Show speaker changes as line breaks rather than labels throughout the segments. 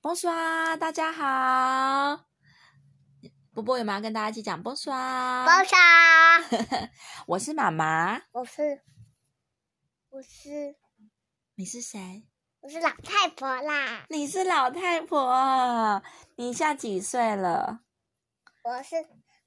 b o n s o 大家好。波波有没有跟大家一起讲 b o n s o
包莎，
我是妈妈，
我是我是
你是谁？
我是老太婆啦，
你是老太婆，你现在几岁了？
我是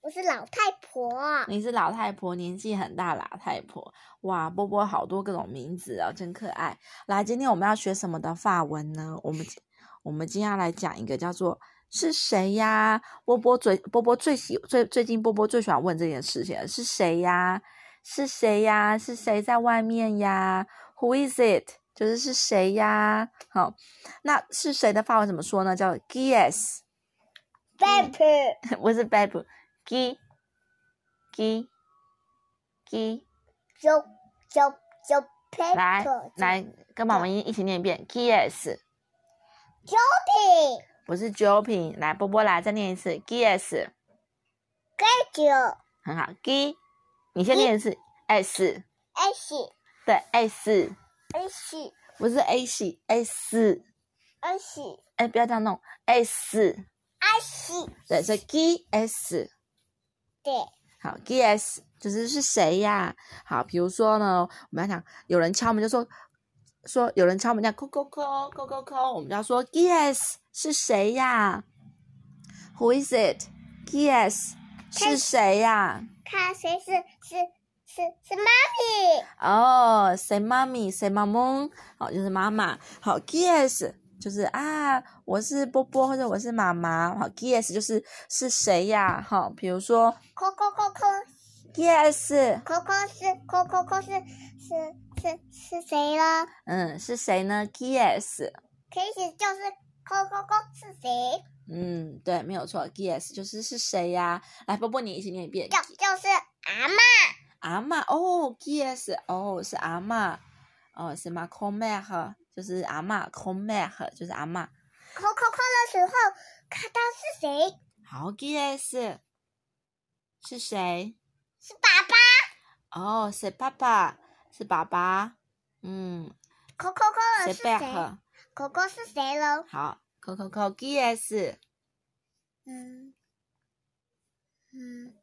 我是老太婆，
你是老太婆，年纪很大，老太婆。哇，波波好多各种名字哦，真可爱。来，今天我们要学什么的法文呢？我们今我们今天要来讲一个叫做“是谁呀”。波波最波波最喜最最近波波最喜欢问这件事情了，是谁呀？是谁呀？是谁在外面呀？Who is it？就是是谁呀？好，那是谁的法文怎么说呢？叫 g u e s
贝贝
不是 babe g g g
有有有贝
来
贝，
来跟妈妈一一起念一遍 g s
，Judy
不是 jopin，来波波来再念一次 g s
盖九
很好 g，你先念一次 s
艾喜
对 s
艾喜
不是 s s
艾喜
哎不要这样弄 s
艾喜，
对所以 g s
对，
好 g s 就是是谁呀？好，比如说呢，我们要讲有人敲门就说说有人敲门叫 “co co co co co co”，我们就要说 “yes” 是谁呀？Who is it? Yes 是谁呀？
看谁是是是是妈咪，
哦，say mommy say mom，好就是妈妈。好，yes 就是啊，我是波波或者我是妈妈。好，yes 就是是谁呀？好，比如说
扣扣扣扣
yes，
扣扣是扣扣扣是是是是谁呢？
嗯，是谁呢？yes。
可以写就是扣扣扣是谁？
嗯，对，没有错，yes 就是是谁呀、来，波波，你一起念一遍
就。就是阿妈。
阿嬷哦，yes 哦是阿嬷，哦是妈 c o m e r 就是阿嬷 c o m e r 就是阿嬷。
扣扣扣的时候，看到是谁？
好，yes 是谁？
是爸爸。
哦，是爸爸，是爸爸。嗯，
扣扣扣
是
的啊是
贝
谁？
尔。
扣扣是谁喽？
好扣扣扣 yes
嗯嗯，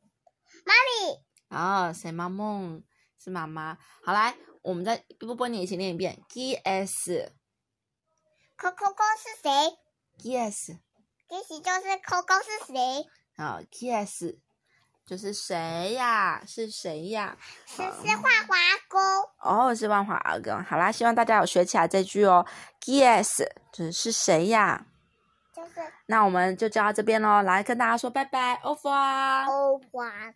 妈咪，
哦，是妈梦是妈妈。好来，我们再波波你一起念一遍 yes
扣扣扣是谁？
yes。
也许就是扣扣是谁？
好，yes，就是谁呀？是谁呀？
是是画画勾。
哦，是万华阿公。好啦，希望大家有学起来这句哦。Yes，就是是谁呀？
就是
那我们就教到这边喽，来跟大家说拜拜，over。
欧巴。